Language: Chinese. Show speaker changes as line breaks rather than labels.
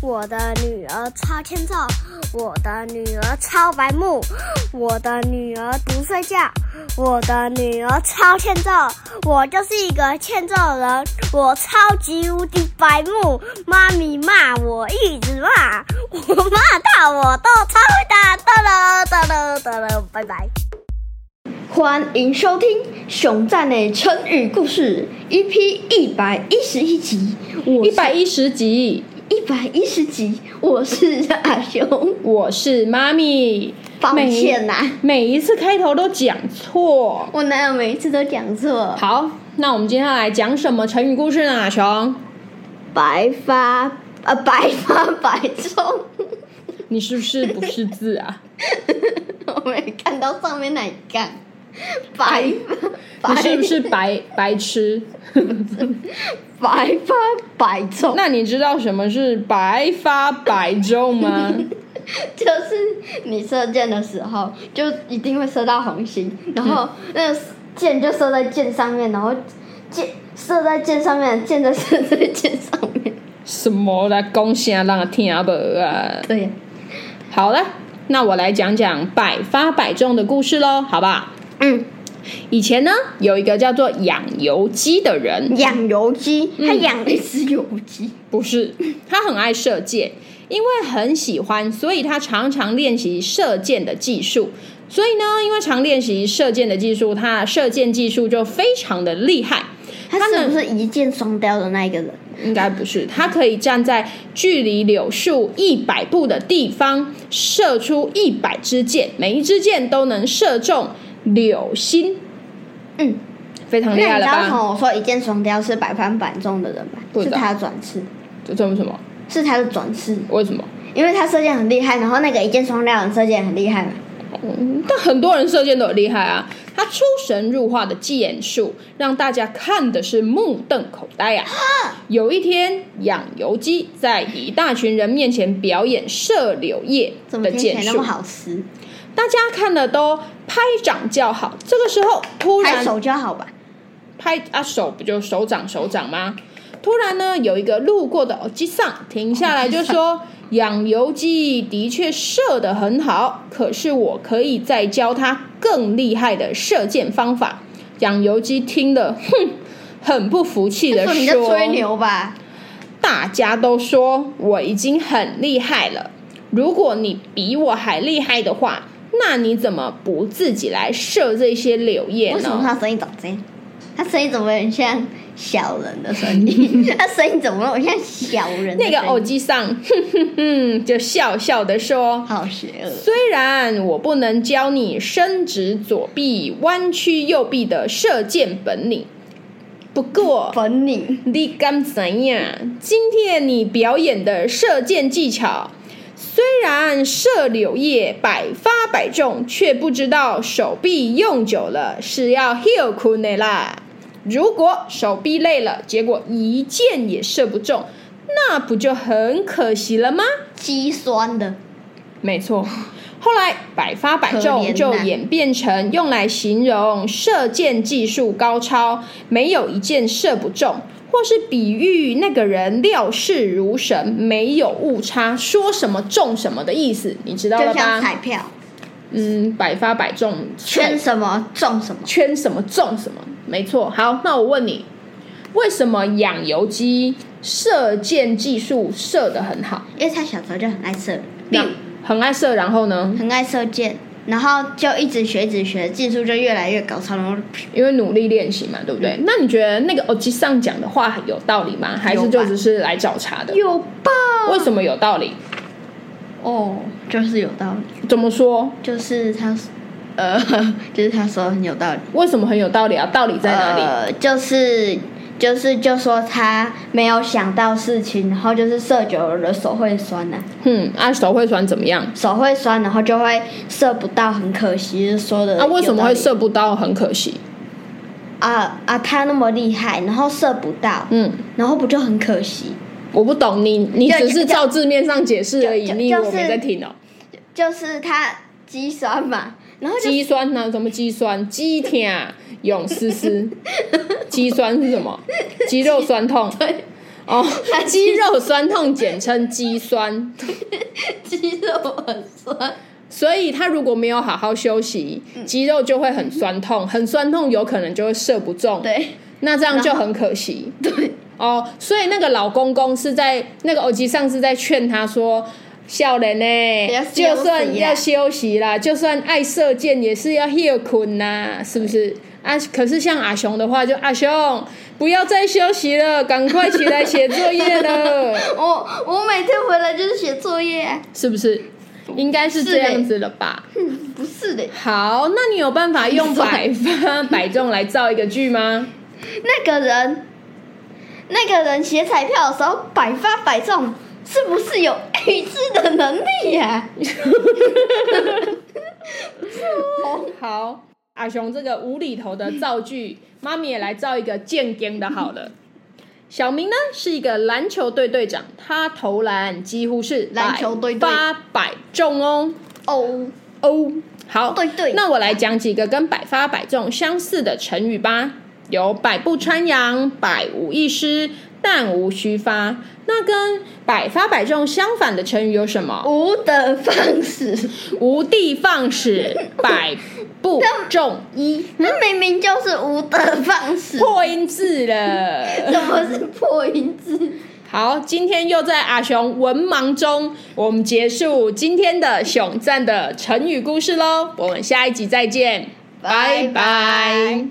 我的女儿超欠揍，我的女儿超白目，我的女儿不睡觉，我的女儿超欠揍，我就是一个欠揍人，我超级无敌白目，妈咪骂我一直骂，我骂到我都超会打，哒了哒了哒了，拜拜。
欢迎收听《熊赞美成语故事》EP 一百一十一集，我
一百一十集，
一百一十集，我是阿熊，
我是妈咪。
抱
每
歉呐、
每一次开头都讲错。
我哪有每一次都讲错？
好，那我们今天要来讲什么成语故事呢？阿雄，
白发呃，白发白中，
你是不是不识字啊？
我没看到上面那一杠，白发
你
白
是哎不是白白痴？
白发白中？
那你知道什么是百发百中 吗？
就是你射箭的时候，就一定会射到红心，然后那个箭就射在箭上面，然后箭射在箭上面，箭就射在箭上面。
什么啦？恭喜啊，让我听啊不啊！
对呀、
好了，那我来讲讲百发百中的故事喽，好吧？
嗯，
以前呢，有一个叫做养油鸡的人，
养油鸡，他养了一只油鸡，
不是， 他很爱射箭，因为很喜欢，所以他常常练习射箭的技术。所以呢，因为常练习射箭的技术，他射箭技术就非常的厉害。
他是不是一箭双雕的那一个人？
应该不是，他可以站在距离柳树一百步的地方射出一百支箭，每一支箭都能射中柳心，
嗯，
非常
那
厉
你
害
知
了
道为什
吧？
么我说一箭双雕是百分百中的人吗？
不
是
知道
他的转世，
这这为什么？
是他的转世，
为什么？
因为他射箭很厉害，然后那个一箭双雕人射箭很厉害嘛。
嗯但很多人射箭都很厉害啊，他出神入化的箭术让大家看的是目瞪口呆啊。有一天，养由基在一大群人面前表演射柳叶
怎么
的
听起
箭
来那
术
么，好吃？
大家看了都拍掌叫好。这个时候，突
拍
然
手就好吧。
拍啊手不就手掌手掌吗？突然呢，有一个路过的耳机上停下来就
哦
说：“养由基的确射得很好，可是我可以再教他更厉害的射箭方法。”养由基听了，哼，很不服气的
说哎你在吹牛吧？
大家都说我已经很厉害了，如果你比我还厉害的话，那你怎么不自己来射这些柳叶呢？
为什么他声音长这样？他声音怎么很像小人的声 音？他声音怎么那么像小人的声
那
音？
个偶机上， 哼哼哼，就笑笑的说
好邪恶。：“
虽然我不能教你伸直左臂、弯曲右臂的射箭本领，不过
本领
你敢怎样？今天你表演的射箭技巧，虽然射柳叶百发百中，却不知道手臂用久了是要 heal 苦内啦。如果手臂累了，结果一箭也射不中，那不就很可惜了吗？
肌酸的，
没错。后来百发百中
可怜
就
呐
演变成用来形容射箭技术高超，没有一箭射不中，或是比喻那个人料事如神，没有误差，说什么中什么的意思，你知道了
就像
吧？
彩票，
嗯，百发百中，
圈什么中什么。
圈什么中什么，没错。好，那我问你，为什么养由基射箭技术射得很好，
因为他小时候就很爱射，
那很爱射，然后呢？
很爱射箭，然后就一直学，一直学，技术就越来越高超，然后
因为努力练习嘛，对不对？
嗯
那你觉得那个耳机上讲的话有道理吗？还是就只是来找茬的？
有啊吧？
为什么有道理？
哦，就是有道理，
怎么说？
就是他，呃， 就是他说很有道理。
为什么很有道理啊？道理在哪里？
呃、就是就是就说他没有想到事情，然后就是射久了的手会酸呐、
嗯，啊，手会酸怎么样？
手会酸，然后就会射不到，很可惜。就说的
啊，为什么会
有道理
射不到？很可惜。
啊啊？他那么厉害，然后射不到，
嗯，
然后不就很可惜？
我不懂你，你
就
只是
就
照字面上解释而已，
就就
你以为我
就是
没在听哦。
就是他肌酸嘛，然后就
肌酸呢、什么肌酸？肌疼、 勇丝丝。肌酸是什么？肌肉酸痛。哦，肌肉酸痛简称肌酸，
肌肉很酸，
所以他如果没有好好休息，
嗯
肌肉就会很酸痛，很酸痛有可能就会射不中，
对
那这样就很可惜。
对，
哦，所以那个老公公是在那个欧吉上是在劝他说。笑人
不要休
呢，
息啦啊
就算要休息啦，就算爱射箭也是要休困呐，是不是？啊，可是像阿雄的话，就阿雄不要再休息了，赶快起来写作业了，
我我每天回来就是写作业，啊
是不是？应该是
是
这
嘞
样子了吧？
不是的，
好，那你有办法用 百发百中来造一个句吗？
那个人，那个人写彩票的时候百发百中，是不是有预知的能力呀、
好，阿雄这个无厘头的造 句，妈咪也来造一个健颠的好了。小明呢是一个篮球队队长，他投篮几乎是
篮球队队
八百中哦
哦，
哦。好，
对对
那我来讲几个跟百发百中相似的成语吧，有百步穿杨、百无一失、弹无虚发。那跟百发百中相反的成语有什么？
无的放矢，
无的放矢，百步中一。
那明明就是无的放矢，
破音字了。
怎么是破音字？
好，今天又在阿雄文盲中，我们结束今天的熊赞的成语故事喽。我们下一集再见，拜拜